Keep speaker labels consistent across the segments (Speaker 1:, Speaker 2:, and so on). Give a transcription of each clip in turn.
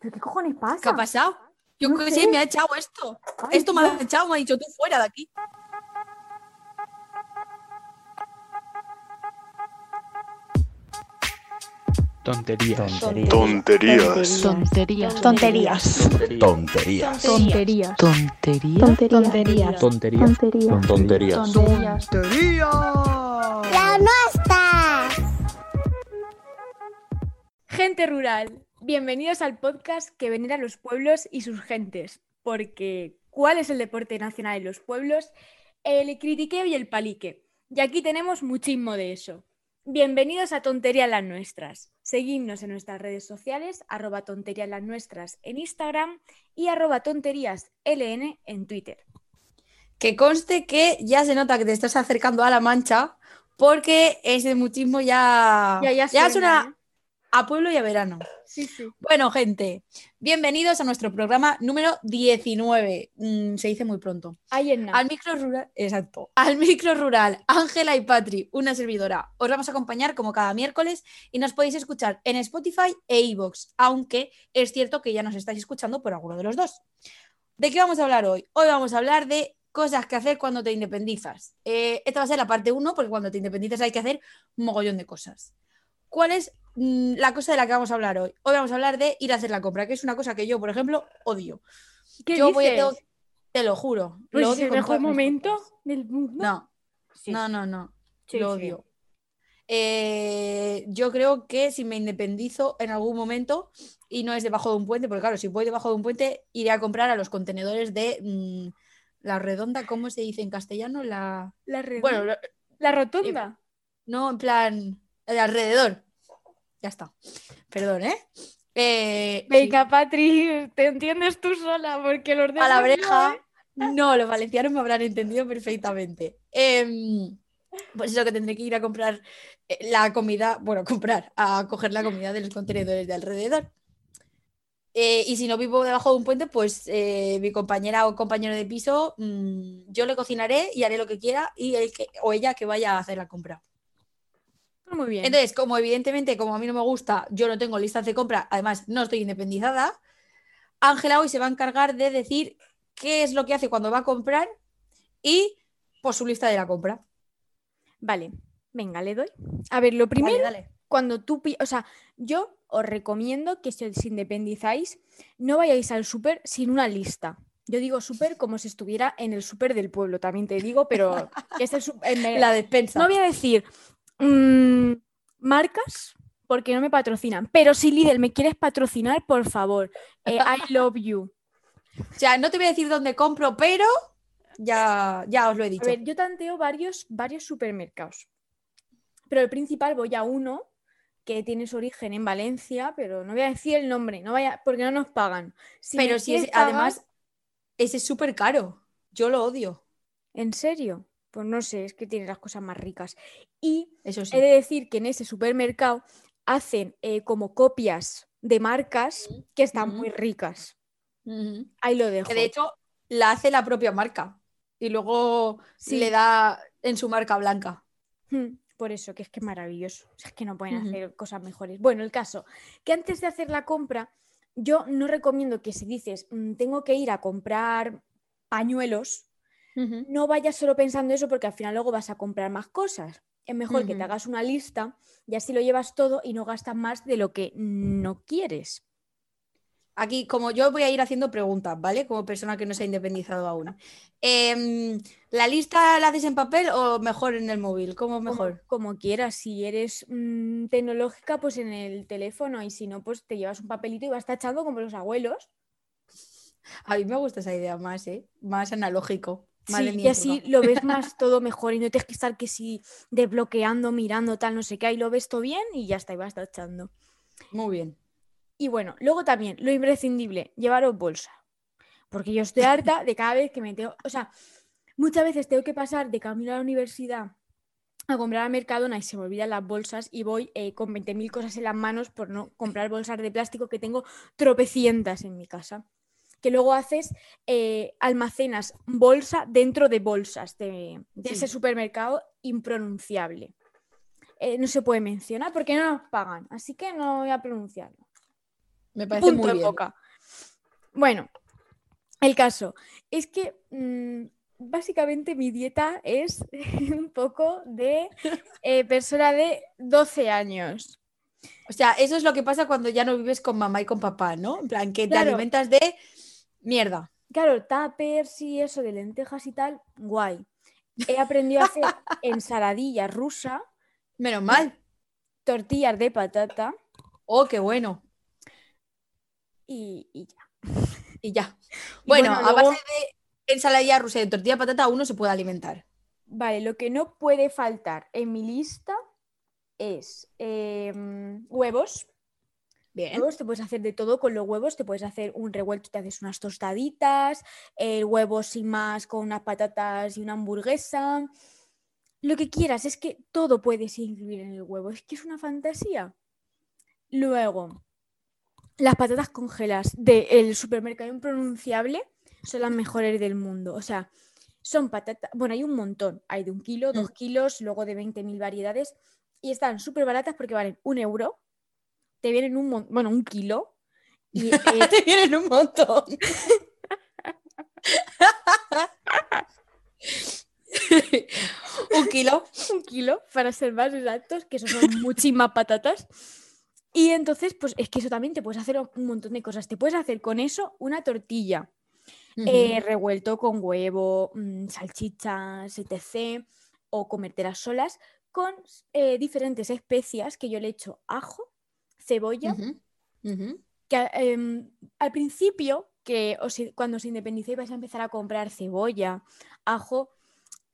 Speaker 1: ¿pero qué cojones pasa?
Speaker 2: ¿Qué ha pasado? Yo
Speaker 1: No
Speaker 2: qué
Speaker 1: sé.
Speaker 2: sé, me ha echado esto.
Speaker 1: Ay,
Speaker 2: esto me ha echado, me ha dicho tú fuera de aquí.
Speaker 3: Tonterías.
Speaker 4: Tonterías.
Speaker 5: Tonterías.
Speaker 6: Tonterías.
Speaker 7: Tonterías.
Speaker 6: Tonterías.
Speaker 8: Tonterías.
Speaker 5: Tonterías.
Speaker 3: Tonterías.
Speaker 7: Tonterías.
Speaker 6: Tonterías.
Speaker 9: Gente rural, bienvenidos al podcast que venera a los pueblos y sus gentes, porque ¿cuál es el deporte nacional de los pueblos? El critiqueo y el palique, y aquí tenemos muchísimo de eso. Bienvenidos a Tonterías las Nuestras. Seguidnos en nuestras redes sociales, arroba tonterías las nuestras en Instagram y arroba tonterías LN en Twitter.
Speaker 2: Que conste que ya se nota que te estás acercando a la mancha porque ese mutismo ya,
Speaker 9: Ya, ya
Speaker 2: ya
Speaker 9: suena, ¿eh?
Speaker 2: suena ¿eh? a pueblo y a verano.
Speaker 9: Sí, sí.
Speaker 2: Bueno, gente, bienvenidos a nuestro programa número 19. Mm, se dice muy pronto.
Speaker 9: Ahí en nada.
Speaker 2: Al micro rural, exacto. Al micro rural, Ángela y Patri, una servidora. Os vamos a acompañar como cada miércoles y nos podéis escuchar en Spotify e iVoox, aunque es cierto que ya nos estáis escuchando por alguno de los dos. ¿De qué vamos a hablar hoy? Hoy vamos a hablar de cosas que hacer cuando te independizas. Eh, esta va a ser la parte 1, porque cuando te independizas hay que hacer un mogollón de cosas. ¿Cuál es mm, la cosa de la que vamos a hablar hoy? Hoy vamos a hablar de ir a hacer la compra, que es una cosa que yo, por ejemplo, odio.
Speaker 9: ¿Qué
Speaker 2: yo voy a-
Speaker 9: dices?
Speaker 2: tengo- te lo juro. lo
Speaker 9: Pues es
Speaker 2: odio
Speaker 9: el
Speaker 2: con
Speaker 9: mejor
Speaker 2: todas mis
Speaker 9: momento
Speaker 2: fuerzas.
Speaker 9: del mundo.
Speaker 2: No,
Speaker 9: Sí,
Speaker 2: no, no, no.
Speaker 9: sí,
Speaker 2: lo
Speaker 9: sí.
Speaker 2: odio. Eh, yo creo que si me independizo en algún momento y no es debajo de un puente, porque claro, si voy debajo de un puente, iré a comprar a los contenedores de mm, la redonda, ¿cómo se dice en castellano? La.
Speaker 9: La red-
Speaker 2: Bueno, eh, lo-
Speaker 9: la rotonda.
Speaker 2: no, en plan. El alrededor. Ya está. Perdón, ¿eh? Eh,
Speaker 9: Venga, Patri, te entiendes tú sola porque los demás
Speaker 2: a la
Speaker 9: no,
Speaker 2: oreja.
Speaker 9: ¿eh?
Speaker 2: No, los valencianos me habrán entendido perfectamente. Em, pues eso que tendré que ir a comprar eh, la comida, bueno, comprar, a coger la comida de los contenedores de alrededor. Eh, y si no vivo debajo de un puente, pues eh, mi compañera o compañero de piso, mm, yo le cocinaré y haré lo que quiera y él que, o ella que vaya a hacer la compra.
Speaker 9: Muy bien.
Speaker 2: Entonces, como evidentemente, como a mí no me gusta, yo no tengo listas de compra, además no estoy independizada, Ángela hoy se va a encargar de decir qué es lo que hace cuando va a comprar y por su lista de la compra.
Speaker 9: vale, venga, le doy. A ver, lo primero,
Speaker 2: Dale, dale.
Speaker 9: cuando tú... pi- O sea, yo os recomiendo que si os independizáis, no vayáis al súper sin una lista. Yo digo súper como si estuviera en el súper del pueblo, también te digo, pero que es el sup- en el-
Speaker 2: La despensa.
Speaker 9: No voy a decir mm, marcas porque no me patrocinan, pero si Lidl me quieres patrocinar, por favor, eh, I love you.
Speaker 2: O sea, no te voy a decir dónde compro, pero ya, ya os lo he
Speaker 9: A
Speaker 2: dicho.
Speaker 9: ver, yo tanteo varios, varios supermercados. Pero el principal voy a uno que tiene su origen en Valencia, pero no voy a decir el nombre, no vaya, porque no nos pagan. Si me
Speaker 2: pero si es,
Speaker 9: quieres pagar-
Speaker 2: además, ese es súper caro. Yo lo odio.
Speaker 9: ¿En serio? Pues no sé, es que tiene las cosas más ricas. Y
Speaker 2: Eso sí.
Speaker 9: He de decir que en ese supermercado hacen eh, como copias de marcas que están muy ricas.
Speaker 2: Ujú.
Speaker 9: Ahí lo dejo.
Speaker 2: Que de hecho la hace la propia marca y luego
Speaker 9: Sí.
Speaker 2: le da en su marca blanca.
Speaker 9: Mm, Por eso, que es que es maravilloso. O sea, es que no pueden
Speaker 2: Ujú.
Speaker 9: hacer cosas mejores. Bueno, el caso, que antes de hacer la compra, yo no recomiendo que si dices, "Mm, tengo que ir a comprar pañuelos, no vayas solo pensando eso porque al final luego vas a comprar más cosas. Es mejor que te
Speaker 2: Ujú.
Speaker 9: hagas una lista y así lo llevas todo y no gastas más de lo que no quieres.
Speaker 2: Aquí, como yo voy a ir haciendo preguntas, ¿vale? Como persona que no se ha independizado aún. Em, ¿La lista la haces en papel o mejor en el móvil? ¿Cómo es
Speaker 9: como-
Speaker 2: mejor?
Speaker 9: Como, quieras, si eres mm, tecnológica, pues en el teléfono y si no, pues te llevas un papelito y vas tachando como los abuelos.
Speaker 2: A mí me gusta esa idea más, ¿eh? Más analógico. Más de
Speaker 9: Sí,
Speaker 2: mi
Speaker 9: y así
Speaker 2: época.
Speaker 9: lo ves más todo mejor y no tienes que estar que si desbloqueando, mirando, tal, no sé qué, ahí lo ves todo bien y ya está, y vas tachando.
Speaker 2: Muy bien.
Speaker 9: Y bueno, luego también, lo imprescindible, llevaros bolsa. Porque yo estoy harta de cada vez que me tengo. O sea, muchas veces tengo que pasar de camino a la universidad a comprar a Mercadona y se me olvidan las bolsas y voy eh, con 20.000 cosas en las manos por no comprar bolsas de plástico que tengo tropecientas en mi casa. Que luego haces, eh, almacenas bolsa dentro de bolsas de, de
Speaker 2: Sí.
Speaker 9: ese supermercado impronunciable. Eh, no se puede mencionar porque no nos pagan, así que no voy a pronunciarlo.
Speaker 2: Me parece
Speaker 9: punto
Speaker 2: muy
Speaker 9: en
Speaker 2: bien.
Speaker 9: boca. Bueno, el caso es que mm, básicamente mi dieta es un poco de eh, persona de 12 años.
Speaker 2: O sea, eso es lo que pasa cuando ya no vives con mamá y con papá, ¿no? En plan, que
Speaker 9: Claro.
Speaker 2: te alimentas de mierda.
Speaker 9: Claro, tuppers y eso de lentejas y tal, guay. He aprendido a hacer ensaladilla rusa,
Speaker 2: Menos mal.
Speaker 9: tortillas de patata
Speaker 2: Oh, qué bueno.
Speaker 9: y, y ya.
Speaker 2: Y ya.
Speaker 9: Y
Speaker 2: Bueno,
Speaker 9: bueno,
Speaker 2: a
Speaker 9: luego-
Speaker 2: base de ensaladilla rusa y de tortilla de patata uno se puede alimentar.
Speaker 9: Vale, lo que no puede faltar en mi lista es em, huevos.
Speaker 2: Bien.
Speaker 9: Huevos te puedes hacer de todo con los huevos, te puedes hacer un revuelto, te haces unas tostaditas, el huevo sin más con unas patatas y una hamburguesa. Lo que quieras, es que todo puedes incluir en el huevo, es que es una fantasía. Luego, las patatas congelas del supermercado impronunciable son las mejores del mundo. O sea, son patatas, bueno, hay un montón, hay de un kilo, dos kilos, luego de 20.000 variedades y están súper baratas porque valen un euro, te vienen un montón, bueno, un kilo. Y, eh,
Speaker 2: Te vienen un montón. un kilo.
Speaker 9: un kilo, para ser más exactos, que eso son muchísimas patatas. Y entonces, pues es que eso también te puedes hacer un montón de cosas. Te puedes hacer con eso una tortilla eh, revuelto con huevo, mm, salchichas, etc. O comértelas solas con eh, diferentes especias que yo le echo ajo, cebolla,
Speaker 2: Ujú, ujú.
Speaker 9: que a- em, al principio, que os i- cuando os independicéis vais a empezar a comprar cebolla, ajo,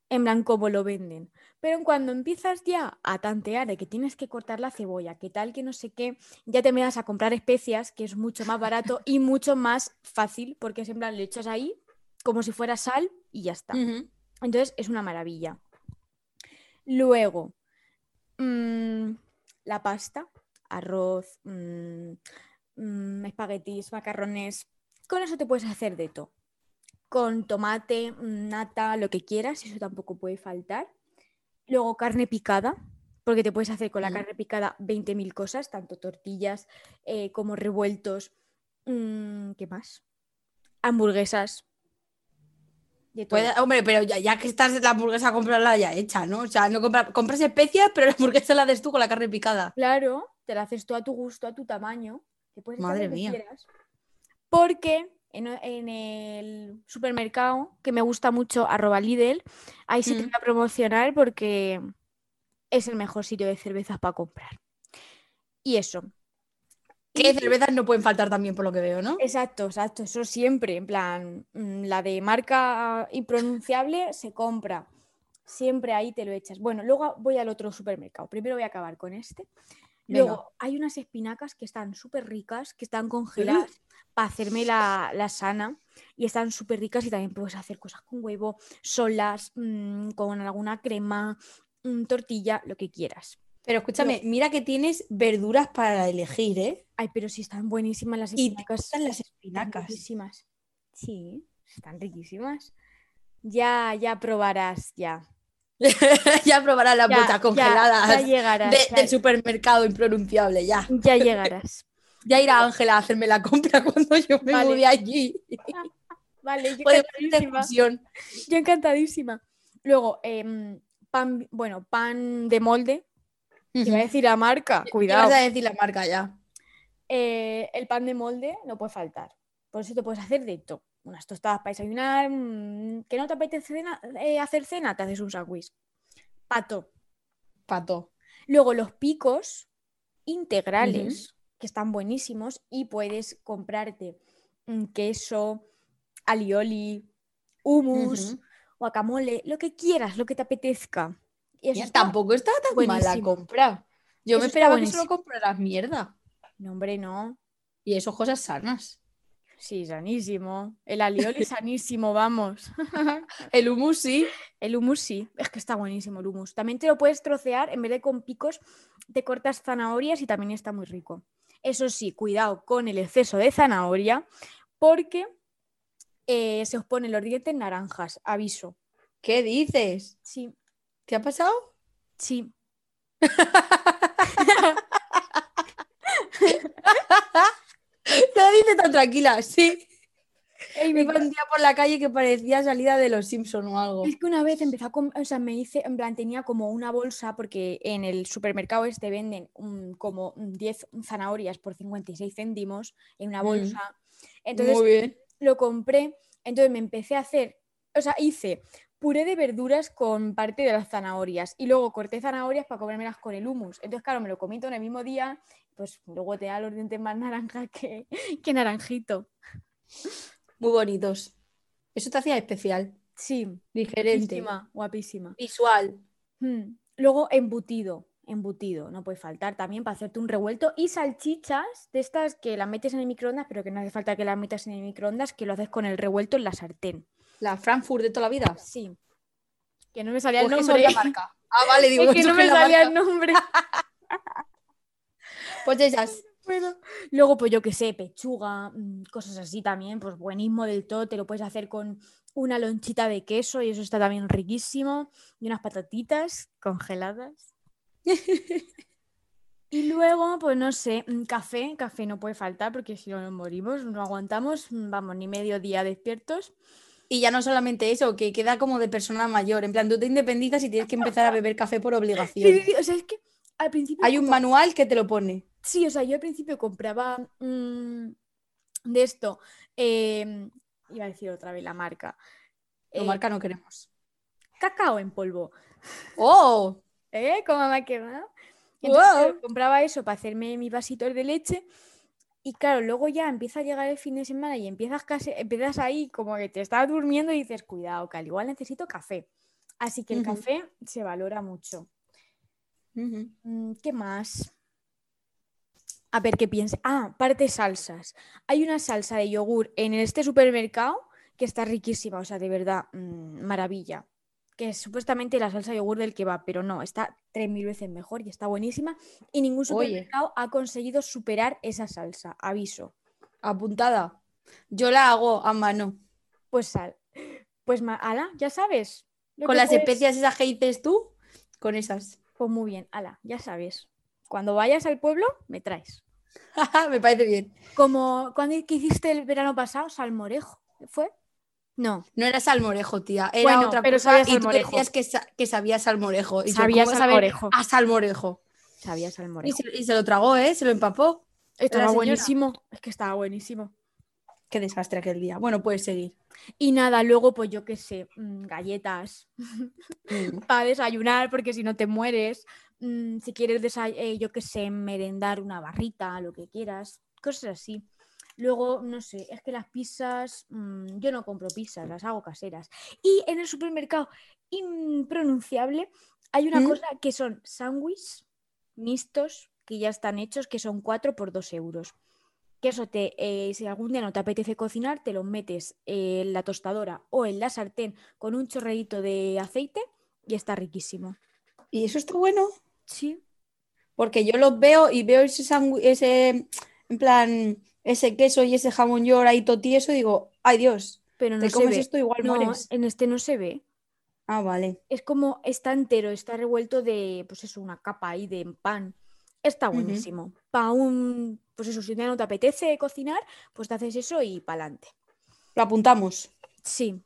Speaker 9: en plan como lo venden. Pero en cuando empiezas ya a tantear de que tienes que cortar la cebolla, que tal, que no sé qué, ya te miras a comprar especias, que es mucho más barato y mucho más fácil, porque es en plan, le echas ahí como si fuera sal y ya está.
Speaker 2: Ujú.
Speaker 9: Entonces es una maravilla. Luego, mm, la pasta, arroz, mm, mm, espaguetis, macarrones. Con eso te puedes hacer de todo. Con tomate, mm, nata, lo que quieras, eso tampoco puede faltar. Luego carne picada, porque te puedes hacer con la
Speaker 2: Mm.
Speaker 9: carne picada 20.000 cosas, tanto tortillas eh, como revueltos. Mm, ¿Qué más? Hamburguesas. De todo.
Speaker 2: Puede- hombre, pero ya, ya que estás en la hamburguesa, comprarla ya hecha, ¿no? O sea, no compra- compras especias, pero la hamburguesa la des tú con la carne picada.
Speaker 9: Claro, te la haces tú a tu gusto, a tu tamaño. Te puedes echar
Speaker 2: Madre
Speaker 9: lo que
Speaker 2: mía.
Speaker 9: quieras. Porque en, o- en el supermercado, que me gusta mucho, arroba Lidl, ahí sí te
Speaker 2: Mm.
Speaker 9: voy a promocionar porque es el mejor sitio de cervezas para comprar. Y eso.
Speaker 2: Que
Speaker 9: Y-
Speaker 2: cervezas no pueden faltar también, por lo que veo, ¿no?
Speaker 9: Exacto, exacto, eso siempre, en plan, mm, la de marca impronunciable se compra, siempre ahí te lo echas. Bueno, luego voy al otro supermercado, primero voy a acabar con este.
Speaker 2: Venga.
Speaker 9: Luego hay unas espinacas que están súper ricas, que están congeladas
Speaker 2: Mm.
Speaker 9: para hacerme la, la sana y están súper ricas y también puedes hacer cosas con huevo, solas, mm, con alguna crema, mm, tortilla, lo que quieras.
Speaker 2: Pero escúchame, mira que tienes verduras para elegir, ¿eh?
Speaker 9: Ay, pero sí están buenísimas las
Speaker 2: Y te
Speaker 9: espinacas.
Speaker 2: gustan las
Speaker 9: Están
Speaker 2: espinacas.
Speaker 9: riquísimas. Sí, están riquísimas. Ya, ya probarás, ya.
Speaker 2: ya probarás las
Speaker 9: Ya-
Speaker 2: botas
Speaker 9: ya-
Speaker 2: congeladas
Speaker 9: Ya,
Speaker 2: de-
Speaker 9: llegarás. ya,
Speaker 2: del supermercado impronunciable, ya.
Speaker 9: ya llegarás.
Speaker 2: Ya irá Ángela a hacerme la compra cuando yo me
Speaker 9: Vale.
Speaker 2: mude allí.
Speaker 9: Vale, yo
Speaker 2: Podemos hacer
Speaker 9: encantadísima.
Speaker 2: fusión.
Speaker 9: Yo encantadísima. Luego, em, pan, bueno, pan de molde. Te iba a
Speaker 2: Ujú.
Speaker 9: decir la marca,
Speaker 2: Ya
Speaker 9: cuidado.
Speaker 2: vas a decir la marca ya.
Speaker 9: Eh, el pan de molde no puede faltar. Por eso te puedes hacer de todo. Unas tostadas para desayunar. mm, que no te apetece cena- eh, hacer cena, te haces un sándwich. Pato.
Speaker 2: Pato.
Speaker 9: Luego los picos integrales, que están buenísimos, y puedes comprarte mm, queso, alioli, hummus,
Speaker 2: Ujú.
Speaker 9: guacamole, lo que quieras, lo que te apetezca. Y eso
Speaker 2: Ya,
Speaker 9: está-
Speaker 2: Tampoco está tan mala
Speaker 9: buenísimo.
Speaker 2: compra.
Speaker 9: Eso
Speaker 2: Yo me
Speaker 9: está
Speaker 2: esperaba que
Speaker 9: buenísimo.
Speaker 2: solo compraras mierda.
Speaker 9: No, hombre, no.
Speaker 2: Y eso, cosas sanas.
Speaker 9: Sí, sanísimo. El alioli sanísimo, vamos.
Speaker 2: El hummus sí.
Speaker 9: El hummus sí, es que está buenísimo el hummus. También te lo puedes trocear, en vez de con picos, te cortas zanahorias y también está muy rico. Eso sí, cuidado con el exceso de zanahoria, porque eh, se os ponen los dientes naranjas, aviso.
Speaker 2: ¿Qué dices?
Speaker 9: Sí,
Speaker 2: ¿Te ha pasado?
Speaker 9: sí.
Speaker 2: dice tan tranquila, sí.
Speaker 9: Ey, me
Speaker 2: Iba un día por la calle que parecía salida de los Simpson o algo.
Speaker 9: Es que una vez empezó a com- o sea, me hice, en plan, tenía como una bolsa, porque en el supermercado este venden mm, como mm, 10 zanahorias por 56 céntimos en una
Speaker 2: Mm.
Speaker 9: bolsa. Entonces
Speaker 2: Muy bien.
Speaker 9: lo compré, entonces me empecé a hacer, o sea, hice puré de verduras con parte de las zanahorias y luego corté zanahorias para comérmelas con el hummus. Entonces, claro, me lo comí todo en el mismo día, pues luego te da los dientes más naranja que, que naranjito.
Speaker 2: Muy bonitos. Eso te hacía especial,
Speaker 9: Sí,
Speaker 2: diferente,
Speaker 9: guapísima, guapísima.
Speaker 2: visual.
Speaker 9: Mm, Luego embutido, embutido, no puede faltar también para hacerte un revuelto. Y salchichas de estas que las metes en el microondas, pero que no hace falta que las metas en el microondas, que lo haces con el revuelto en la sartén.
Speaker 2: La Frankfurt de toda la vida.
Speaker 9: Sí. Que no me salía
Speaker 2: ¿O
Speaker 9: el
Speaker 2: es Pues que
Speaker 9: nombre.
Speaker 2: son la marca? Ah, vale, digo,
Speaker 9: Es que no
Speaker 2: eso es
Speaker 9: me
Speaker 2: la
Speaker 9: salía el
Speaker 2: marca.
Speaker 9: nombre.
Speaker 2: Pues esas.
Speaker 9: Luego, pues yo qué sé, pechuga, mm, cosas así también, pues buenismo del todo, te lo puedes hacer con una lonchita de queso y eso está también riquísimo, y unas patatitas congeladas. y luego, pues no sé, mm, café, café no puede faltar porque si no nos morimos, no aguantamos, mm, vamos, ni medio día despiertos.
Speaker 2: Y ya no solamente eso, que queda como de persona mayor. En plan, tú te independizas y tienes que empezar a beber café por
Speaker 9: Sí, sí,
Speaker 2: obligación.
Speaker 9: sí, o sea, es que al principio...
Speaker 2: Hay un
Speaker 9: como-
Speaker 2: manual que te lo pone.
Speaker 9: Sí, o sea, yo al principio compraba mm, de esto. em, iba a decir otra vez la marca.
Speaker 2: Lo
Speaker 9: Eh,
Speaker 2: marca no queremos.
Speaker 9: Cacao en polvo.
Speaker 2: ¡Oh!
Speaker 9: ¿Eh? ¿Cómo me ha quedado? Y entonces, claro,
Speaker 2: Guau.
Speaker 9: compraba eso para hacerme mis vasitos de leche. Y claro, luego ya empieza a llegar el fin de semana y empiezas, casi, empiezas ahí como que te estás durmiendo y dices, cuidado, que al igual necesito café. Así que el
Speaker 2: Ujú.
Speaker 9: café se valora mucho.
Speaker 2: Ujú.
Speaker 9: Mm, ¿Qué más? A ver qué piensa. Ah, parte salsas. Hay una salsa de yogur en este supermercado que está riquísima, o sea, de verdad, mm, maravilla. Que es supuestamente la salsa de yogur del que va, pero no, está tres mil veces mejor y está buenísima. Y ningún
Speaker 2: Oye.
Speaker 9: supermercado ha conseguido superar esa salsa, aviso.
Speaker 2: Apuntada. Yo la hago a mano.
Speaker 9: Pues sal. Pues ma- ala, ya sabes. lo
Speaker 2: Con
Speaker 9: que
Speaker 2: las
Speaker 9: puedes-
Speaker 2: especias esas que dices tú, con esas.
Speaker 9: Pues muy bien, ala, ya sabes. Cuando vayas al pueblo, me traes.
Speaker 2: Me parece bien.
Speaker 9: Como cuando que hiciste el verano pasado, salmorejo, ¿fue? No.
Speaker 2: No era salmorejo, tía. Era
Speaker 9: Bueno,
Speaker 2: otra
Speaker 9: pero
Speaker 2: cosa.
Speaker 9: sabía
Speaker 2: Y tú
Speaker 9: salmorejo.
Speaker 2: decías que, sa- que sabía salmorejo. Y yo,
Speaker 9: Sabía
Speaker 2: ¿cómo vas a saber
Speaker 9: salmorejo.
Speaker 2: A salmorejo.
Speaker 9: Sabía
Speaker 2: Y
Speaker 9: salmorejo.
Speaker 2: se, y se lo tragó, ¿eh? Se lo empapó.
Speaker 9: Estaba
Speaker 2: señora.
Speaker 9: buenísimo. Es que estaba buenísimo.
Speaker 2: Qué desastre aquel día. Bueno, puedes seguir.
Speaker 9: Y nada, luego, pues yo qué sé, mm, galletas
Speaker 2: Mm.
Speaker 9: para desayunar, porque si no te mueres. Mm, si quieres, desa- eh, yo qué sé, merendar una barrita, lo que quieras, cosas así. Luego, no sé, es que las pizzas, mm, yo no compro pizzas, las hago caseras. Y en el supermercado impronunciable hay una
Speaker 2: ¿Mm?
Speaker 9: cosa que son sándwiches mixtos que ya están hechos, que son 4 por 2 euros. Que eso te, eh, si algún día no te apetece cocinar, te los metes en la tostadora o en la sartén con un chorreíto de aceite y está riquísimo.
Speaker 2: Y eso está bueno.
Speaker 9: Sí.
Speaker 2: Porque yo los veo y veo ese sangu- ese, en plan, ese queso y ese jamón york ahí todo tieso y digo, ay Dios,
Speaker 9: Pero no
Speaker 2: te
Speaker 9: se
Speaker 2: comes
Speaker 9: ve.
Speaker 2: esto igual
Speaker 9: No,
Speaker 2: mueres.
Speaker 9: en este no se ve.
Speaker 2: Ah, vale.
Speaker 9: Es como está entero, está revuelto de, pues eso, una capa ahí de pan. Está
Speaker 2: Ujú.
Speaker 9: buenísimo. Para un, pues eso, si un día no te apetece cocinar, pues te haces eso y para adelante.
Speaker 2: Lo apuntamos.
Speaker 9: Sí.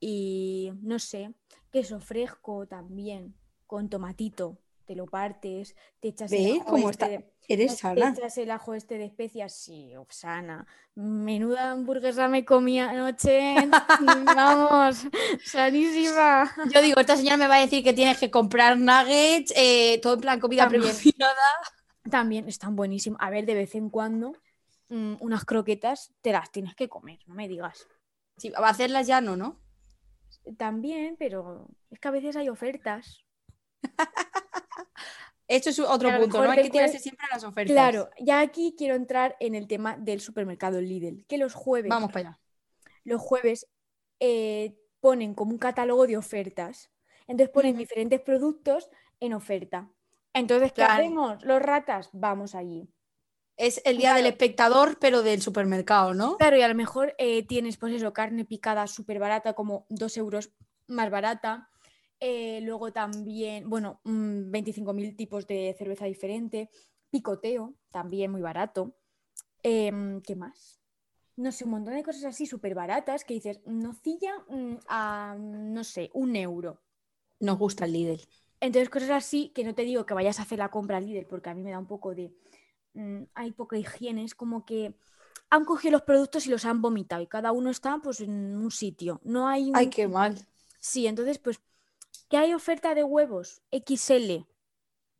Speaker 9: Y no sé, queso fresco también, con tomatito. Te lo partes, te echas el
Speaker 2: ¿Ves
Speaker 9: ajo
Speaker 2: cómo
Speaker 9: este
Speaker 2: está?
Speaker 9: de-
Speaker 2: Eres
Speaker 9: te
Speaker 2: sana.
Speaker 9: echas el ajo este de especias, sí, oh, sana. Menuda hamburguesa me comí anoche. Vamos, sanísima.
Speaker 2: Yo digo, esta señora me va a decir que tienes que comprar nuggets, eh, todo en plan comida
Speaker 9: También.
Speaker 2: precocinada.
Speaker 9: También están buenísimos. A ver, de vez en cuando, mm, unas croquetas te las tienes que comer, no me digas.
Speaker 2: Sí, va a hacerlas ya no, ¿no?
Speaker 9: También, pero es que a veces hay ofertas.
Speaker 2: Esto es otro
Speaker 9: Que a lo
Speaker 2: punto,
Speaker 9: mejor
Speaker 2: ¿no? Hay
Speaker 9: te
Speaker 2: que tirarse
Speaker 9: cue-
Speaker 2: siempre a las ofertas.
Speaker 9: Claro, ya aquí quiero entrar en el tema del supermercado Lidl, que los jueves,
Speaker 2: Vamos para allá.
Speaker 9: los jueves eh, ponen como un catálogo de ofertas. Entonces ponen diferentes productos en oferta. Entonces, ¿qué
Speaker 2: Claro.
Speaker 9: hacemos? Los ratas, vamos allí.
Speaker 2: Es el día del
Speaker 9: Claro.
Speaker 2: espectador, pero del supermercado, ¿no?
Speaker 9: Claro, y a lo mejor eh, tienes, pues eso, carne picada súper barata, como 2 euros más barata. Eh, luego también, bueno, mm, 25.000 tipos de cerveza diferente. Picoteo, también muy barato. Em, ¿Qué más? No sé, un montón de cosas así súper baratas que dices, nocilla mm, a, no sé, un euro.
Speaker 2: Nos gusta el Lidl.
Speaker 9: Entonces, cosas así que no te digo que vayas a hacer la compra al líder, porque a mí me da un poco de. mm, hay poca higiene, es como que han cogido los productos y los han vomitado y cada uno está pues en un sitio. No hay. un-
Speaker 2: Ay, qué mal.
Speaker 9: Sí, entonces, pues, que hay oferta de huevos XL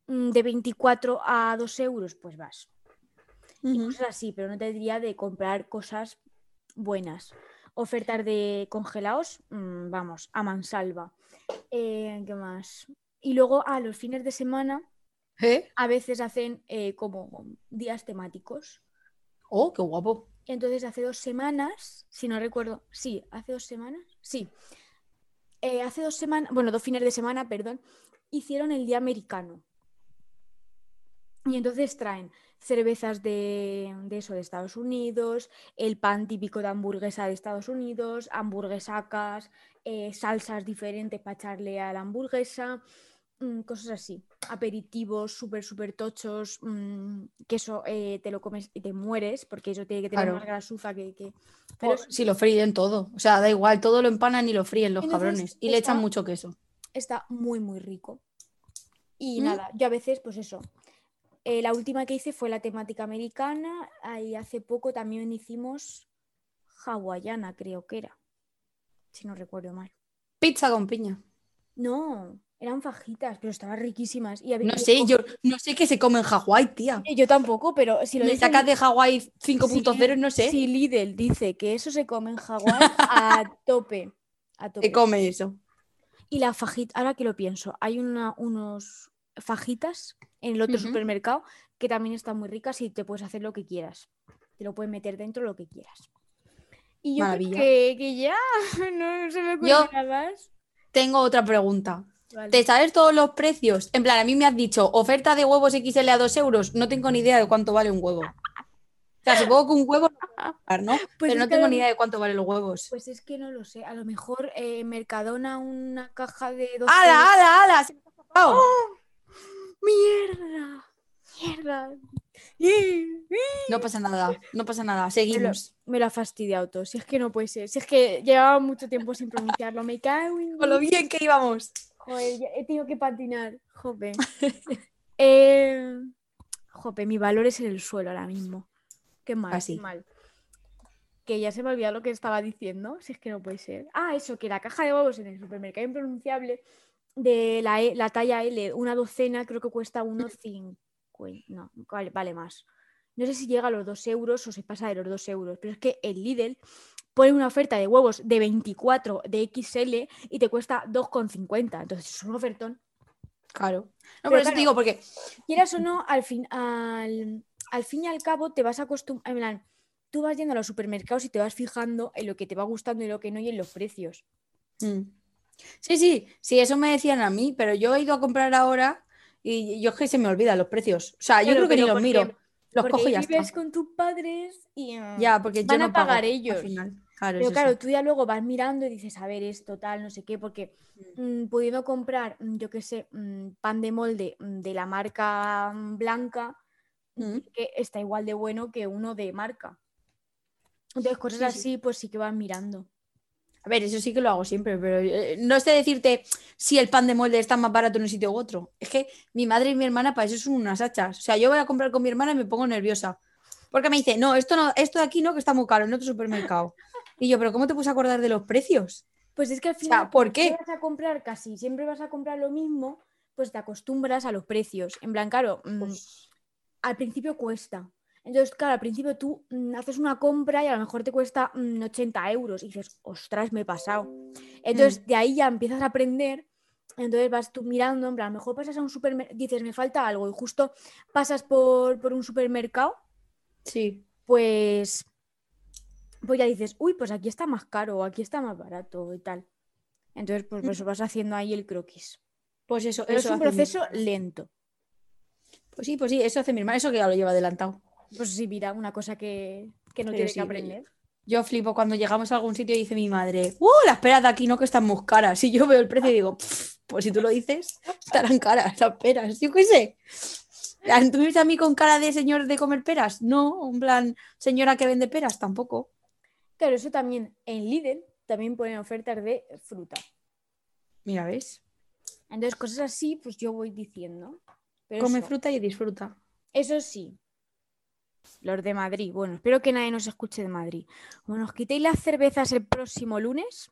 Speaker 9: mm, de 24 a 2 euros, pues vas. Y
Speaker 2: Ujú.
Speaker 9: cosas así, pero no te diría de comprar cosas buenas. Ofertas de congelados, mm, vamos, a mansalva. Eh, ¿Qué más? Y luego a los fines de semana
Speaker 2: ¿Eh?
Speaker 9: a veces hacen eh, como días temáticos.
Speaker 2: Oh, qué guapo.
Speaker 9: Entonces hace dos semanas, si no recuerdo, sí, hace dos semanas, sí. Eh, hace dos semanas, bueno, dos fines de semana, perdón, hicieron el Día Americano. Y entonces traen cervezas de, de eso, de Estados Unidos, el pan típico de hamburguesa de Estados Unidos, hamburguesacas, eh, salsas diferentes para echarle a la hamburguesa, mm, cosas así. Aperitivos súper, súper tochos, mm, que eso eh, te lo comes y te mueres, porque eso tiene que tener
Speaker 2: Claro.
Speaker 9: más grasuza que... que- pero
Speaker 2: Oh,
Speaker 9: es-
Speaker 2: si lo fríen todo. O sea, da igual, todo lo empanan y lo fríen los
Speaker 9: Entonces,
Speaker 2: cabrones. Y le
Speaker 9: está-
Speaker 2: echan mucho queso.
Speaker 9: está muy, muy rico. Y
Speaker 2: ¿Mm?
Speaker 9: nada, yo a veces, pues eso. Eh, la última que hice fue la temática americana. Ahí hace poco también hicimos hawaiana, creo que era. Si no recuerdo mal.
Speaker 2: Pizza con piña.
Speaker 9: No, eran fajitas, pero estaban riquísimas. Y había-
Speaker 2: No sé, yo no sé qué se come en Hawái, tía.
Speaker 9: Eh, yo tampoco, pero si lo
Speaker 2: Me
Speaker 9: dice
Speaker 2: sacas
Speaker 9: Lidl-
Speaker 2: de Hawái 5.0, no sé.
Speaker 9: Si Lidl dice que eso se come en Hawái, a tope. A tope.
Speaker 2: Se come eso.
Speaker 9: Y la fajita, ahora que lo pienso, hay una, unos fajitas en el otro
Speaker 2: Ujú.
Speaker 9: supermercado que también están muy ricas y te puedes hacer lo que quieras. Te lo puedes meter dentro lo que quieras. Y yo creo
Speaker 2: Maravilla.
Speaker 9: que, que ya, no se me ocurre
Speaker 2: Yo-
Speaker 9: nada más.
Speaker 2: Tengo otra pregunta.
Speaker 9: Vale.
Speaker 2: ¿Te sabes todos los precios? En plan, a mí me has dicho oferta de huevos XL a 2 euros. No tengo ni idea de cuánto vale un huevo. O sea, supongo que un huevo lo puedo comprar, ¿no?
Speaker 9: Pues
Speaker 2: Pero no
Speaker 9: es que
Speaker 2: tengo
Speaker 9: lo-
Speaker 2: ni idea de cuánto valen los huevos.
Speaker 9: Pues es que no lo sé. A lo mejor eh, en Mercadona una caja de 12
Speaker 2: ¡Hala, hala, hala! ¡Se me ha escapado!
Speaker 9: ¡Mierda! ¡Mierda! ¡Eh!
Speaker 2: No pasa nada, no pasa nada. Seguimos.
Speaker 9: Me lo ha fastidiado todo. Si es que no puede ser. Si es que llevaba mucho tiempo sin pronunciarlo. Me cago en
Speaker 2: Con lo bien que íbamos.
Speaker 9: Joder, ya he tenido que patinar. Jope. Eh, jope, mi valor es en el suelo ahora mismo. Qué mal,
Speaker 2: Así.
Speaker 9: qué mal. Que ya se me olvidó lo que estaba diciendo, si es que no puede ser. Ah, eso, que la caja de huevos en el supermercado impronunciable de la, E- la talla L, una docena, creo que cuesta 1,50. No, vale, vale más. No sé si llega a los 2 euros o se pasa de los 2 euros, pero es que el Lidl pone una oferta de huevos de 24 de XL y te cuesta 2,50. Entonces es un ofertón
Speaker 2: Claro.
Speaker 9: Pero
Speaker 2: No, por eso
Speaker 9: claro.
Speaker 2: te digo, porque
Speaker 9: quieras o no, al fin, al, al fin y al cabo te vas acostumbrar. En plan, tú vas yendo a los supermercados y te vas fijando en lo que te va gustando y lo que no y en los precios.
Speaker 2: Mm. Sí, sí, sí, eso me decían a mí, pero yo he ido a comprar ahora y yo es que se me olvidan los precios. O sea, Ah, yo
Speaker 9: Claro,
Speaker 2: creo que ni
Speaker 9: pero
Speaker 2: los
Speaker 9: porque-
Speaker 2: miro, los
Speaker 9: Porque
Speaker 2: cojo y ya
Speaker 9: vives
Speaker 2: está.
Speaker 9: con tus padres y. eh,
Speaker 2: Ya, porque
Speaker 9: van
Speaker 2: yo
Speaker 9: a
Speaker 2: no pago,
Speaker 9: pagar
Speaker 2: al
Speaker 9: ellos.
Speaker 2: final. Claro,
Speaker 9: Pero
Speaker 2: eso
Speaker 9: claro,
Speaker 2: sí.
Speaker 9: tú ya luego vas mirando y dices, a ver, esto tal, no sé qué, porque mm, pudiendo comprar, mm, yo qué sé, mm, pan de molde mm, de la marca mm, blanca,
Speaker 2: Mm.
Speaker 9: que está igual de bueno que uno de marca. Entonces, cosas
Speaker 2: Sí, sí.
Speaker 9: así, pues sí que vas mirando.
Speaker 2: A ver, eso sí que lo hago siempre, pero eh, no sé decirte si el pan de molde está más barato en un sitio u otro. Es que mi madre y mi hermana para eso son unas hachas. O sea, yo voy a comprar con mi hermana y me pongo nerviosa. Porque me dice, no, esto no, esto de aquí no, que está muy caro en otro supermercado. Y yo, pero ¿cómo te puedes acordar de los precios?
Speaker 9: Pues es que al
Speaker 2: O sea,
Speaker 9: final,
Speaker 2: ¿por
Speaker 9: si
Speaker 2: qué?
Speaker 9: vas a comprar casi, siempre vas a comprar lo mismo, pues te acostumbras a los precios. En plan, claro, mm,
Speaker 2: Pues
Speaker 9: al principio cuesta. Entonces, claro, al principio tú mm, haces una compra y a lo mejor te cuesta mm, 80 euros y dices, ostras, me he pasado.
Speaker 2: Mm.
Speaker 9: Entonces, de ahí ya empiezas a aprender. Entonces vas tú mirando, en plan, a lo mejor pasas a un supermercado, dices, me falta algo y justo pasas por, por un supermercado
Speaker 2: Sí.
Speaker 9: pues, pues ya dices, uy, pues aquí está más caro, o aquí está más barato y tal. Entonces, pues por eso vas haciendo ahí el croquis.
Speaker 2: Pues eso,
Speaker 9: Pero
Speaker 2: eso
Speaker 9: es un
Speaker 2: hace mi-
Speaker 9: proceso lento.
Speaker 2: Pues sí, pues sí, eso hace mi hermana, eso que ya lo lleva adelantado.
Speaker 9: Pues sí, mira, una cosa que, que no
Speaker 2: Pero
Speaker 9: tiene
Speaker 2: sí,
Speaker 9: que
Speaker 2: pero-
Speaker 9: aprender.
Speaker 2: Yo flipo cuando llegamos a algún sitio y dice mi madre, ¡uh! Las peras de aquí no que están muy caras. Y yo veo el precio y digo, "Pff, pues si tú lo dices, estarán caras las peras. Yo qué sé. plan, ¿Tú me ves a mí con cara de señor de comer peras? No, en plan, señora que vende peras, tampoco.
Speaker 9: Claro, eso también en Lidl también ponen ofertas de fruta.
Speaker 2: Mira, ¿ves?
Speaker 9: Entonces, cosas así, pues yo voy diciendo. Pero
Speaker 2: Come
Speaker 9: eso,
Speaker 2: fruta y disfruta.
Speaker 9: eso sí. Los de Madrid. Bueno, espero que nadie nos escuche de Madrid. Bueno, os quitéis las cervezas el próximo lunes.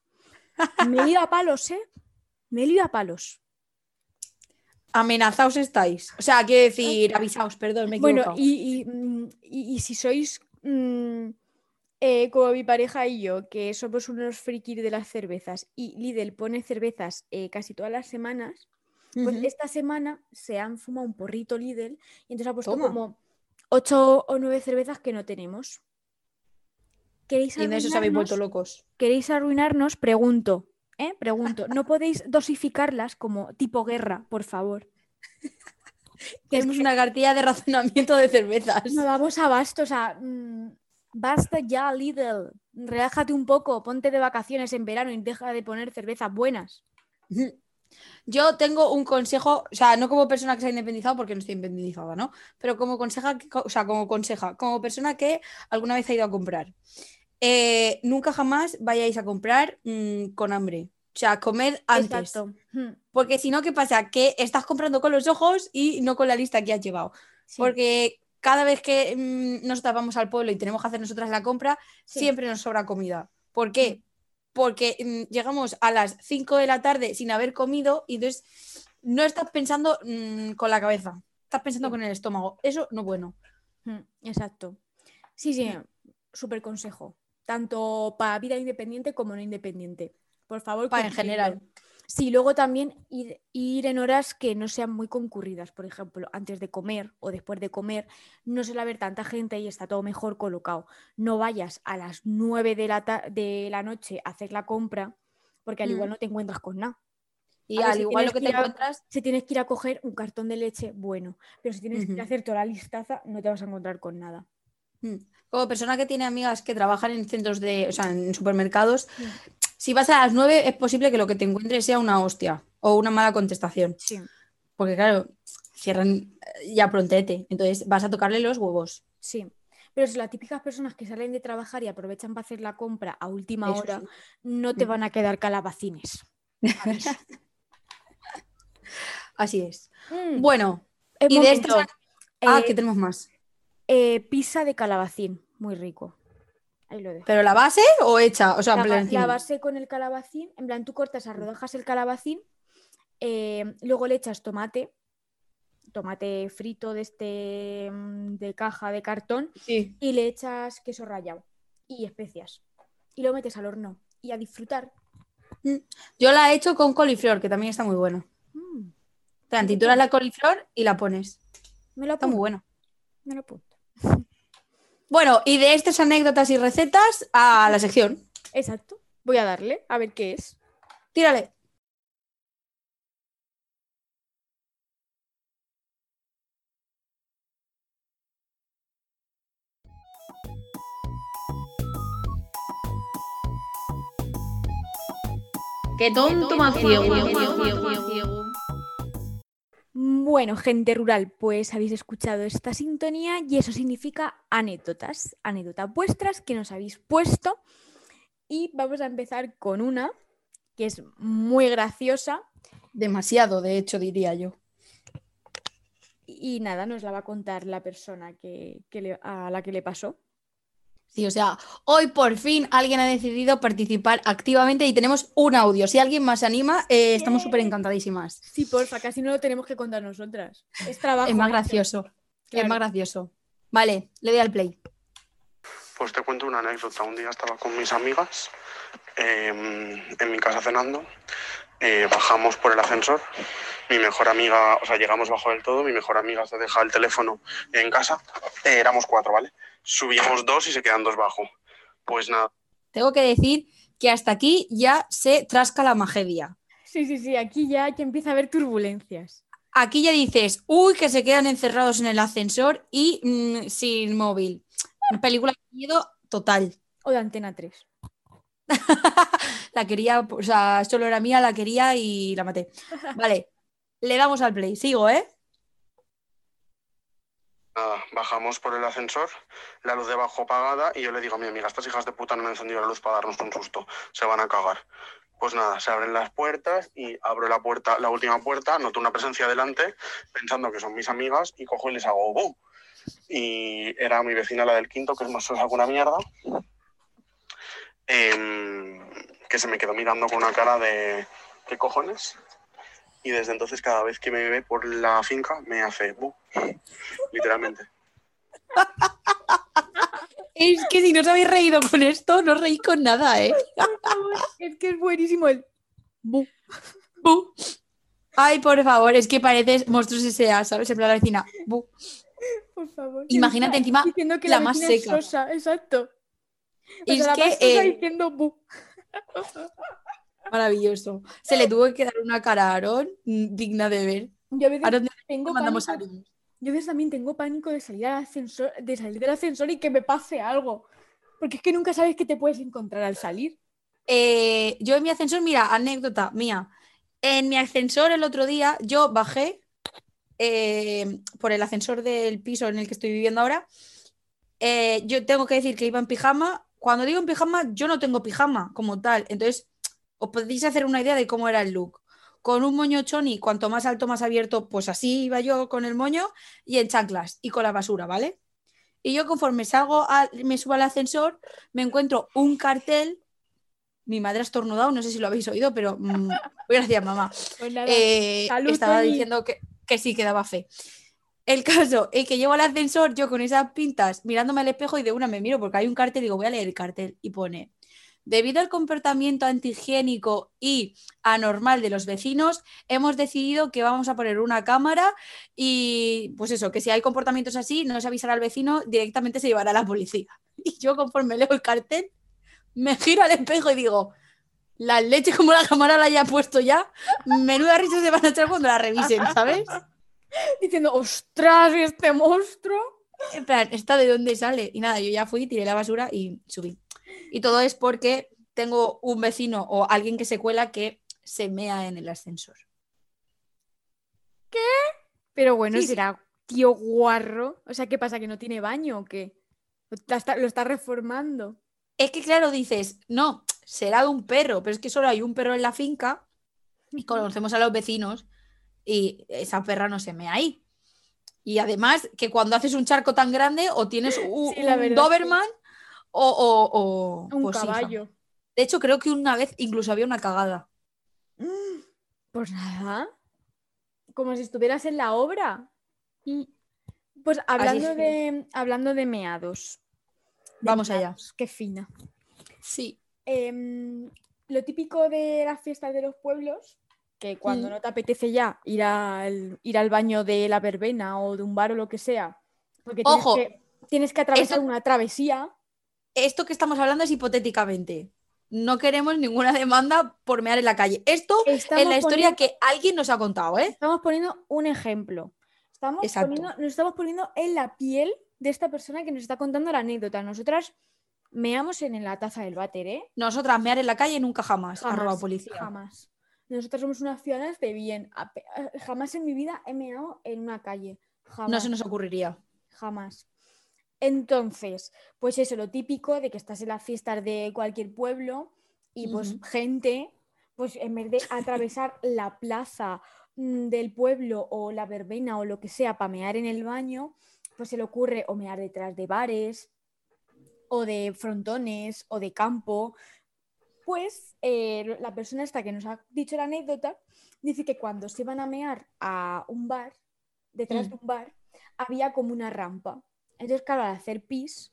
Speaker 9: Me lío a palos, ¿eh? Me lío a palos.
Speaker 2: Amenazaos estáis. O sea, quiero decir, avisaos, perdón, me he
Speaker 9: Bueno,
Speaker 2: equivocado.
Speaker 9: y, y, mm, y- y si sois mm, eh, como mi pareja y yo, que somos unos frikis de las cervezas, y Lidl pone cervezas eh, casi todas las semanas, pues
Speaker 2: Ujú.
Speaker 9: esta semana se han fumado un porrito Lidl y entonces ha puesto
Speaker 2: Toma.
Speaker 9: como ocho o nueve cervezas que no tenemos. ¿Queréis
Speaker 2: Y de eso
Speaker 9: arruinarnos?
Speaker 2: os habéis vuelto locos.
Speaker 9: ¿Queréis arruinarnos? Pregunto. ¿eh? Pregunto. ¿No podéis dosificarlas como tipo guerra, por favor?
Speaker 2: Tenemos una cartilla de razonamiento de cervezas.
Speaker 9: No damos abasto, o sea, mm, basta ya, Lidl. Relájate un poco, ponte de vacaciones en verano y deja de poner cervezas buenas.
Speaker 2: Yo tengo un consejo, o sea, no como persona que se ha independizado, porque no estoy independizada, ¿no? Pero como conseja, que- o sea, como conseja, como persona que alguna vez ha ido a comprar. Eh, nunca jamás vayáis a comprar mm, con hambre. O sea, comed antes.
Speaker 9: Exacto. Mm,
Speaker 2: Porque si no, ¿qué pasa? Que estás comprando con los ojos y no con la lista que has llevado.
Speaker 9: sí,
Speaker 2: Porque cada vez que mm, nosotras vamos al pueblo y tenemos que hacer nosotras la compra,
Speaker 9: sí.
Speaker 2: siempre nos sobra comida. ¿Por qué? Porque mm, llegamos a las 5 de la tarde sin haber comido y entonces no estás pensando mm, con la cabeza, estás pensando
Speaker 9: Sí.
Speaker 2: con el estómago. Eso no es bueno.
Speaker 9: Mm, Exacto. Sí, sí,
Speaker 2: Mm.
Speaker 9: súper consejo. Tanto para vida independiente como no independiente. Por favor,
Speaker 2: Pa- en
Speaker 9: cumplidlo.
Speaker 2: general.
Speaker 9: Sí, luego también ir, ir en horas que no sean muy concurridas, por ejemplo, antes de comer o después de comer, no suele haber tanta gente y está todo mejor colocado. No vayas a las 9 de la, ta- de la noche a hacer la compra, porque al
Speaker 2: Mm.
Speaker 9: igual no te encuentras con nada.
Speaker 2: Y
Speaker 9: A ver,
Speaker 2: al
Speaker 9: si
Speaker 2: igual lo
Speaker 9: tienes
Speaker 2: que
Speaker 9: que
Speaker 2: te
Speaker 9: ir a-
Speaker 2: encuentras,
Speaker 9: Si tienes que ir a coger un cartón de leche, bueno, pero si tienes que ir
Speaker 2: Ujú.
Speaker 9: a hacer toda la listaza, no te vas a encontrar con nada.
Speaker 2: mm, como persona que tiene amigas que trabajan en centros de, o sea, en supermercados,
Speaker 9: Sí.
Speaker 2: si vas a las 9 es posible que lo que te encuentres sea una hostia o una mala contestación.
Speaker 9: Sí.
Speaker 2: Porque claro, cierran eh, ya prontete, entonces vas a tocarle los huevos.
Speaker 9: Sí, pero si las típicas personas que salen de trabajar y aprovechan para hacer la compra a última
Speaker 2: Eso
Speaker 9: hora,
Speaker 2: sí.
Speaker 9: no te
Speaker 2: Mm.
Speaker 9: van a quedar calabacines. Aviso.
Speaker 2: Así es.
Speaker 9: Mm,
Speaker 2: Bueno,
Speaker 9: es
Speaker 2: y de
Speaker 9: momento.
Speaker 2: estas... Ah,
Speaker 9: Eh,
Speaker 2: que tenemos más.
Speaker 9: eh, pizza de calabacín, muy rico. Ahí lo dejo.
Speaker 2: ¿Pero la base o hecha? O sea, en
Speaker 9: la,
Speaker 2: plan Mm.
Speaker 9: ba- la
Speaker 2: encima.
Speaker 9: base con el calabacín, en plan tú cortas a rodajas el calabacín, eh, luego le echas tomate, tomate frito de este mm, de caja de cartón
Speaker 2: Sí.
Speaker 9: y le echas queso rallado y especias y lo metes al horno y a disfrutar.
Speaker 2: Yo la he hecho con coliflor, que también está muy bueno.
Speaker 9: Mm,
Speaker 2: Te trituras la coliflor y la pones.
Speaker 9: me lo
Speaker 2: Está muy
Speaker 9: apunto,
Speaker 2: bueno.
Speaker 9: me lo apunto.
Speaker 2: Bueno, y de estas anécdotas y recetas a la sección.
Speaker 9: Exacto. Voy a darle a ver qué es.
Speaker 2: Tírale.
Speaker 1: Qué tonto más ciego.
Speaker 9: Bueno, gente rural, pues habéis escuchado esta sintonía y eso significa anécdotas, anécdotas vuestras que nos habéis puesto. Y vamos a empezar con una que es muy graciosa
Speaker 2: Demasiado, de hecho, diría yo.
Speaker 9: y y nada, nos la va a contar la persona que, que le- a la que le pasó.
Speaker 2: Sí, o sea, hoy por fin alguien ha decidido participar activamente y tenemos un audio. Si alguien más se anima, eh, estamos
Speaker 9: Bien.
Speaker 2: súper encantadísimas.
Speaker 9: Sí, porfa, casi no lo tenemos que contar nosotras. Es trabajo.
Speaker 2: Es más
Speaker 9: hecho.
Speaker 2: gracioso.
Speaker 9: Ah, Claro.
Speaker 2: Es más gracioso. Vale, le doy al play.
Speaker 4: Pues te cuento una anécdota. Un día estaba con mis amigas eh, en mi casa cenando. Eh, bajamos por el ascensor. Mi mejor amiga, o sea, llegamos bajo del todo. Mi mejor amiga se deja el teléfono en casa. Eh, éramos cuatro, ¿vale? Subíamos dos y se quedan dos bajo. Pues nada,
Speaker 2: Tengo que decir que hasta aquí ya se trasca la magedia.
Speaker 9: Sí, sí, sí, aquí ya que empieza a haber turbulencias.
Speaker 2: Aquí ya dices, uy, que se quedan encerrados en el ascensor y mm, sin móvil. Película de miedo total.
Speaker 9: O de Antena 3.
Speaker 2: La quería, o sea, solo era mía, la quería y la maté. Vale, le damos al play. Sigo, ¿eh?
Speaker 4: Nada, Ah, bajamos por el ascensor, la luz debajo apagada y yo le digo a mi amiga, estas hijas de puta no me han encendido la luz para darnos un susto, se van a cagar. Pues nada, se abren las puertas y abro la puerta, la última puerta, noto una presencia delante, pensando que son mis amigas y cojo y les hago boom. Y era mi vecina la del quinto, que es más sosa que una mierda, em, que se me quedó mirando con una cara de ¿qué cojones? Y desde entonces cada vez que me ve por la finca me hace bu, literalmente.
Speaker 2: Es que si no os habéis reído con esto, no os reís con nada, ¿eh?
Speaker 9: Es que es buenísimo el. Bu.
Speaker 2: Bu. Ay, por favor, es que pareces monstruos S.A., ¿sabes? En plan la vecina. Bu.
Speaker 9: Por favor.
Speaker 2: Imagínate encima
Speaker 9: Diciendo que
Speaker 2: la
Speaker 9: la,
Speaker 2: más
Speaker 9: vecina es
Speaker 2: seca.
Speaker 9: sosa, exacto. O
Speaker 2: Es
Speaker 9: sea, Pues la
Speaker 2: que,
Speaker 9: más sosa
Speaker 2: eh,
Speaker 9: diciendo bu.
Speaker 2: Maravilloso. Se le tuvo que quedar una cara a Aaron mm, digna de ver.
Speaker 9: Yo a veces
Speaker 2: Aaron, ¿dónde
Speaker 9: tengo
Speaker 2: te mandamos
Speaker 9: pánico-
Speaker 2: saludos?
Speaker 9: Yo a veces también tengo pánico de salir al ascensor, de salir del ascensor y que me pase algo. Porque es que nunca sabes qué te puedes encontrar al salir.
Speaker 2: Eh, yo en mi ascensor, mira, anécdota mía. En mi ascensor el otro día yo bajé eh, por el ascensor del piso en el que estoy viviendo ahora. Eh, yo tengo que decir que iba en pijama. Cuando digo en pijama, yo no tengo pijama como tal. Entonces, os podéis hacer una idea de cómo era el look. Con un moño choni, cuanto más alto, más abierto, pues así iba yo con el moño y en chanclas y con la basura, ¿vale? Y yo conforme salgo, al- me subo al ascensor, me encuentro un cartel mi madre ha estornudado, no sé si lo habéis oído, pero mm, gracias, mamá.
Speaker 9: Pues nada,
Speaker 2: Eh,
Speaker 9: Salud,
Speaker 2: estaba
Speaker 9: Toñi.
Speaker 2: diciendo que, que sí, que daba fe. El caso es que llevo al ascensor yo con esas pintas mirándome al espejo y de una me miro porque hay un cartel y digo, voy a leer el cartel y pone, debido al comportamiento antihigiénico y anormal de los vecinos, hemos decidido que vamos a poner una cámara y pues eso, que si hay comportamientos así, no se avisará al vecino, directamente se llevará a la policía. Y yo conforme leo el cartel, me giro al espejo y digo, la leche como la cámara la haya puesto ya, menuda risa se van a echar cuando la revisen, ¿sabes?
Speaker 9: diciendo, ostras, este monstruo.
Speaker 2: En plan, ¿esta de dónde sale? Y nada, yo ya fui, tiré la basura y subí. Y todo es porque tengo un vecino o alguien que se cuela que se mea en el ascensor.
Speaker 9: Pero bueno,
Speaker 2: Sí, sí.
Speaker 9: será tío guarro. O sea, ¿qué pasa? ¿Que no tiene baño o qué? Lo está- está- lo está reformando.
Speaker 2: Es que claro, dices, no, será de un perro, pero es que solo hay un perro en la finca y conocemos a los vecinos y esa perra no se mea ahí. Y además que cuando haces un charco tan grande o tienes u- un,
Speaker 9: Sí, la verdad, sí.
Speaker 2: Doberman o, o- o-
Speaker 9: Un
Speaker 2: pues, hija.
Speaker 9: caballo.
Speaker 2: De hecho, creo que una vez incluso había una cagada.
Speaker 9: Mm, Pues nada. Como si estuvieras en la obra. Y pues hablando
Speaker 2: Mm. es.
Speaker 9: de, hablando de meados. De
Speaker 2: Vamos allá.
Speaker 9: meados, Qué fina.
Speaker 2: Sí.
Speaker 9: Em, lo típico de las fiestas de los pueblos, que cuando
Speaker 2: Mm.
Speaker 9: no te apetece ya ir al, ir al baño de la verbena o de un bar o lo que sea, porque tienes,
Speaker 2: Ojo.
Speaker 9: que, tienes que atravesar
Speaker 2: Eso-
Speaker 9: una travesía.
Speaker 2: Esto que estamos hablando es hipotéticamente. No queremos ninguna demanda por mear en la calle. Esto
Speaker 9: Estamos
Speaker 2: es la historia
Speaker 9: poniendo-
Speaker 2: que alguien nos ha contado, ¿eh?
Speaker 9: Estamos poniendo un ejemplo. Estamos
Speaker 2: Exacto.
Speaker 9: poniendo- nos estamos poniendo en la piel de esta persona que nos está contando la anécdota. Nosotras meamos en la taza del váter, ¿eh?
Speaker 2: Nosotras mear en la calle nunca jamás.
Speaker 9: Jamás,
Speaker 2: Arroba policía.
Speaker 9: Jamás. Nosotras somos unas ciudadanas de bien. Ape- Jamás en mi vida he meado en una calle. Jamás.
Speaker 2: No se nos ocurriría.
Speaker 9: Jamás. Entonces, pues eso, lo típico de que estás en las fiestas de cualquier pueblo y pues
Speaker 2: Ujú.
Speaker 9: gente, pues en vez de atravesar la plaza mm, del pueblo o la verbena o lo que sea para mear en el baño, pues se le ocurre o mear detrás de bares o de frontones o de campo. Pues eh, la persona esta que nos ha dicho la anécdota dice que cuando se iban a mear a un bar, detrás
Speaker 2: Mm.
Speaker 9: de un bar, había como una rampa. Entonces, claro, al hacer pis,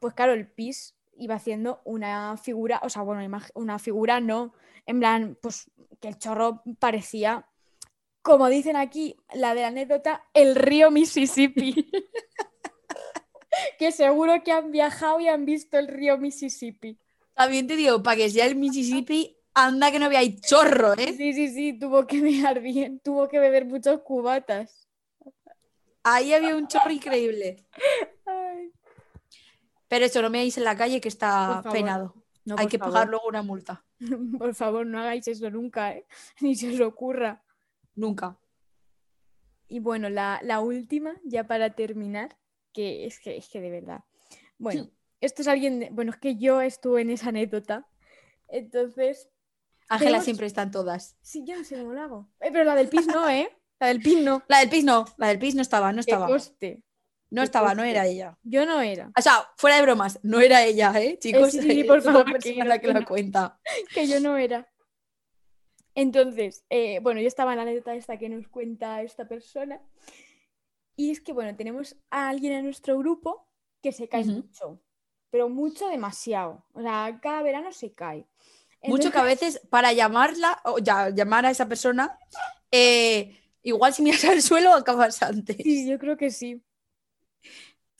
Speaker 9: pues claro, el pis iba haciendo una figura, o sea, bueno, imag- una figura no, en plan, pues que el chorro parecía, como dicen aquí, la de la anécdota, el río Mississippi. que seguro que han viajado y han visto el río Mississippi.
Speaker 2: También te digo, para que sea el Mississippi, anda que no veáis chorro, ¿eh?
Speaker 9: Sí, sí, sí, tuvo que mirar bien, tuvo que beber muchos cubatas.
Speaker 2: Ahí había un chorro increíble.
Speaker 9: Ay.
Speaker 2: Pero eso, no meáis en la calle que está
Speaker 9: Por favor.
Speaker 2: penado.
Speaker 9: No,
Speaker 2: Hay
Speaker 9: por
Speaker 2: que
Speaker 9: favor.
Speaker 2: pagar luego una multa.
Speaker 9: Por favor, no hagáis eso nunca, ¿eh? ni se os ocurra.
Speaker 2: Nunca.
Speaker 9: Y bueno, la, la última, ya para terminar, que es que, es que de verdad. Bueno, esto es alguien, de- bueno, es que yo estuve en esa anécdota. Entonces,
Speaker 2: Ángela
Speaker 9: Tenemos-
Speaker 2: siempre está en todas.
Speaker 9: sí, yo no sé cómo lo hago. Eh, pero la del pis no, ¿eh? La del pis no.
Speaker 2: La del pis no, la del pis no estaba, no
Speaker 9: Que
Speaker 2: estaba.
Speaker 9: conste,
Speaker 2: No estaba, no era ella.
Speaker 9: Yo no era.
Speaker 2: eh, O sea, fuera de bromas, no era ella, ¿eh, chicos?
Speaker 9: sí, sí, por
Speaker 2: Es una
Speaker 9: favor, que
Speaker 2: persona
Speaker 9: yo
Speaker 2: la que
Speaker 9: no-
Speaker 2: la cuenta.
Speaker 9: que yo no era. Entonces, eh, bueno, yo estaba en la anécdota esta que nos cuenta esta persona. Y es que, bueno, tenemos a alguien en nuestro grupo que se cae
Speaker 2: Ujú.
Speaker 9: mucho, pero mucho demasiado. O sea, cada verano se cae.
Speaker 2: Mucho que a
Speaker 9: Entonces,
Speaker 2: veces para llamarla, o ya, llamar a esa persona, eh, igual si miras al suelo acabas antes.
Speaker 9: Sí, yo creo que sí.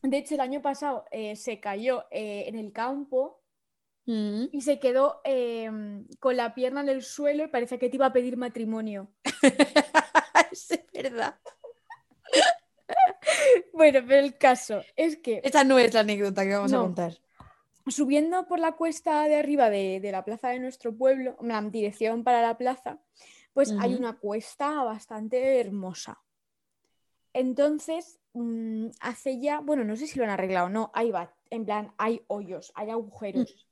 Speaker 9: De hecho, el año pasado eh, se cayó eh, en el campo
Speaker 2: Mm.
Speaker 9: y se quedó eh, con la pierna en el suelo y parecía que te iba a pedir matrimonio.
Speaker 2: Sí, es verdad.
Speaker 9: Bueno, pero el caso es que
Speaker 2: Esta no es la anécdota que vamos a
Speaker 9: No.
Speaker 2: contar.
Speaker 9: subiendo por la cuesta de arriba de, de la plaza de nuestro pueblo, en plan, dirección para la plaza, pues hay
Speaker 2: Ujú.
Speaker 9: una cuesta bastante hermosa. Entonces, mm, hace ya, bueno, no sé si lo han arreglado o no, hay va, en plan, hay hoyos, hay agujeros.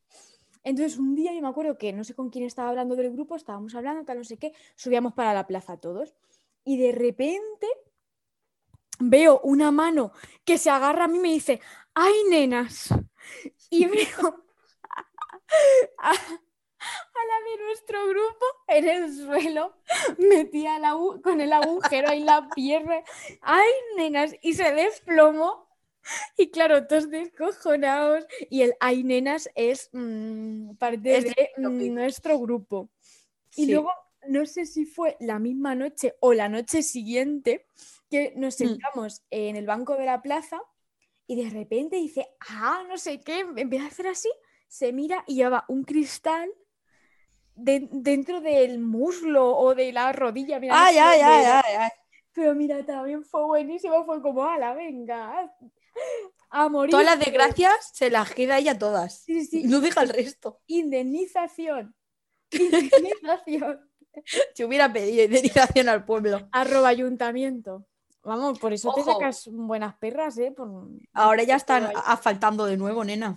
Speaker 9: Entonces, un día yo me acuerdo que no sé con quién estaba hablando del grupo, estábamos hablando, tal, no sé qué, subíamos para la plaza todos, y de repente veo una mano que se agarra a mí y me dice, ¡ay, nenas! Y veo a, a la de nuestro grupo en el suelo, metía la agu- con el agujero ahí la pierna, ¡ay, nenas! Y se desplomó. Y claro, todos descojonados. Y el ay, nenas es mm, parte
Speaker 2: Es
Speaker 9: de mm,
Speaker 2: tópico.
Speaker 9: nuestro grupo. Y
Speaker 2: Sí.
Speaker 9: luego, no sé si fue la misma noche o la noche siguiente, que nos
Speaker 2: Mm.
Speaker 9: sentamos en el banco de la plaza y de repente dice, ah, no sé qué, empieza a hacer así, se mira y lleva un cristal de- dentro del muslo o de la rodilla. mira, no
Speaker 2: Ay,
Speaker 9: sé
Speaker 2: ay,
Speaker 9: dónde
Speaker 2: ay,
Speaker 9: era.
Speaker 2: ay, ay.
Speaker 9: Pero mira, también fue buenísimo, fue como, ala, venga, haz- a morir.
Speaker 2: Todas las desgracias se las queda ella todas.
Speaker 9: Sí, sí,
Speaker 2: No deja el resto.
Speaker 9: indemnización. Indemnización.
Speaker 2: Si hubiera pedido indemnización al pueblo.
Speaker 9: Arroba ayuntamiento. Vamos, por eso te
Speaker 2: Ojo.
Speaker 9: sacas buenas perras, ¿eh? Por...
Speaker 2: Ahora ya están
Speaker 9: Pero
Speaker 2: asfaltando de nuevo, nena.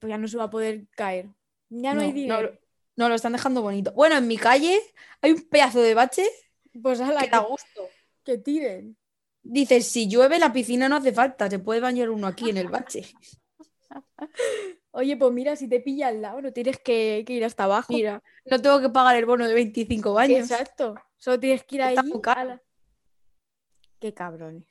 Speaker 9: pues ya no se va a poder caer. Ya no, hay dinero.
Speaker 2: lo- no, lo están dejando bonito. Bueno, en mi calle hay un pedazo de bache
Speaker 9: Pues a la
Speaker 2: que da gusto.
Speaker 9: que tiren.
Speaker 2: Dice, si llueve la piscina no hace falta, se puede bañar uno aquí en el bache.
Speaker 9: Oye, pues mira, si te pilla al lado, no tienes que, que ir hasta abajo.
Speaker 2: Mira, no tengo que pagar el bono de 25 años.
Speaker 9: Exacto. Solo tienes que ir ahí.
Speaker 2: Está muy caro.
Speaker 9: Qué cabrones.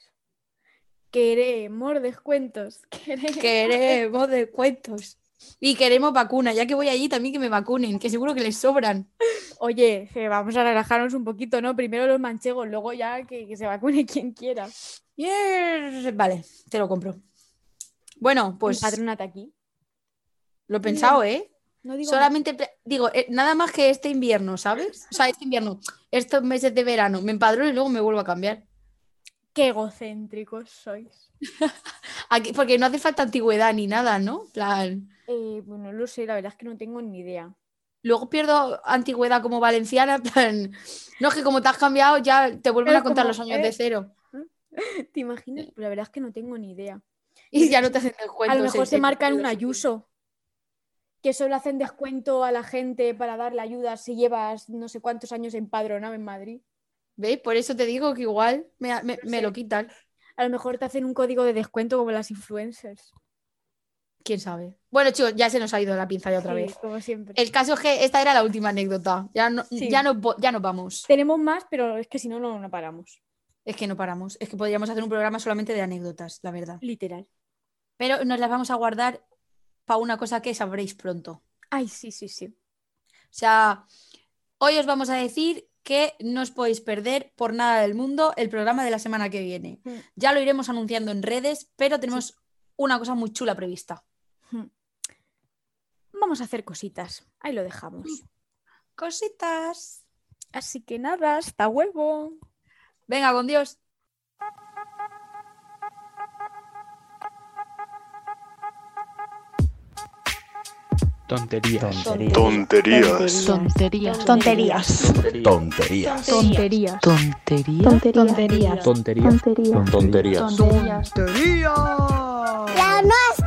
Speaker 9: Queremos descuentos. Queremos.
Speaker 2: Queremos descuentos. Y queremos vacuna, ya que voy allí también que me vacunen, que seguro que les sobran.
Speaker 9: Oye, que vamos a relajarnos un poquito, ¿no? Primero los manchegos, luego ya que, que se vacune quien quiera.
Speaker 2: Yes. Vale, te lo compro. Bueno, pues
Speaker 9: Empadrónate aquí.
Speaker 2: lo he pensado, ¿eh?
Speaker 9: No digo nada.
Speaker 2: Solamente pe- digo, eh, nada más que este invierno, ¿sabes? O sea, este invierno, estos meses de verano, me empadrono y luego me vuelvo a cambiar.
Speaker 9: qué egocéntricos sois.
Speaker 2: Aquí, porque no hace falta antigüedad ni nada, ¿no? En Plan,
Speaker 9: Eh, bueno, lo sé, la verdad es que no tengo ni idea.
Speaker 2: luego pierdo antigüedad como valenciana, en plan, no es que como te has cambiado ya te vuelven
Speaker 9: Pero
Speaker 2: a contar
Speaker 9: como
Speaker 2: los años
Speaker 9: es-
Speaker 2: de cero
Speaker 9: ¿Te imaginas? Pues la verdad es que no tengo ni idea.
Speaker 2: y ya no te hacen el cuento.
Speaker 9: A lo mejor se marcan un
Speaker 2: una
Speaker 9: ayuso. Que solo hacen descuento a la gente para darle ayuda si llevas no sé cuántos años empadronado en Madrid.
Speaker 2: ¿Veis? Por eso te digo que igual me, me-
Speaker 9: No
Speaker 2: me
Speaker 9: sé.
Speaker 2: lo quitan.
Speaker 9: A lo mejor te hacen un código de descuento como las influencers.
Speaker 2: ¿Quién sabe? Bueno, chicos, ya se nos ha ido la pinza ya otra
Speaker 9: Sí,
Speaker 2: vez.
Speaker 9: Como siempre.
Speaker 2: El caso es que esta era la última anécdota. Ya, no,
Speaker 9: Sí.
Speaker 2: ya, nos vo- ya nos vamos.
Speaker 9: Tenemos más, pero es que si no, no, no paramos.
Speaker 2: Es que no paramos. Es que podríamos hacer un programa solamente de anécdotas, la verdad.
Speaker 9: Literal.
Speaker 2: Pero nos las vamos a guardar para una cosa que sabréis pronto.
Speaker 9: Ay, sí, sí, sí.
Speaker 2: O sea, hoy os vamos a decir que no os podéis perder por nada del mundo el programa de la semana que viene.
Speaker 9: Mm.
Speaker 2: Ya lo iremos anunciando en redes, pero tenemos una cosa muy chula prevista.
Speaker 9: Vamos a hacer cositas. Ahí lo
Speaker 2: Mm.
Speaker 9: dejamos.
Speaker 2: Cositas.
Speaker 9: Así que nada, hasta huevo.
Speaker 2: Venga, con Dios.
Speaker 3: Tonterías.
Speaker 6: Tonterías.
Speaker 9: Tonterías.
Speaker 8: Tonterías.
Speaker 10: Tonterías.
Speaker 6: Tonterías.
Speaker 8: Tonterías.
Speaker 9: Tonterías.
Speaker 3: Tonterías.
Speaker 10: Tonterías.
Speaker 8: Tonterías.
Speaker 6: Tonterías.
Speaker 9: La más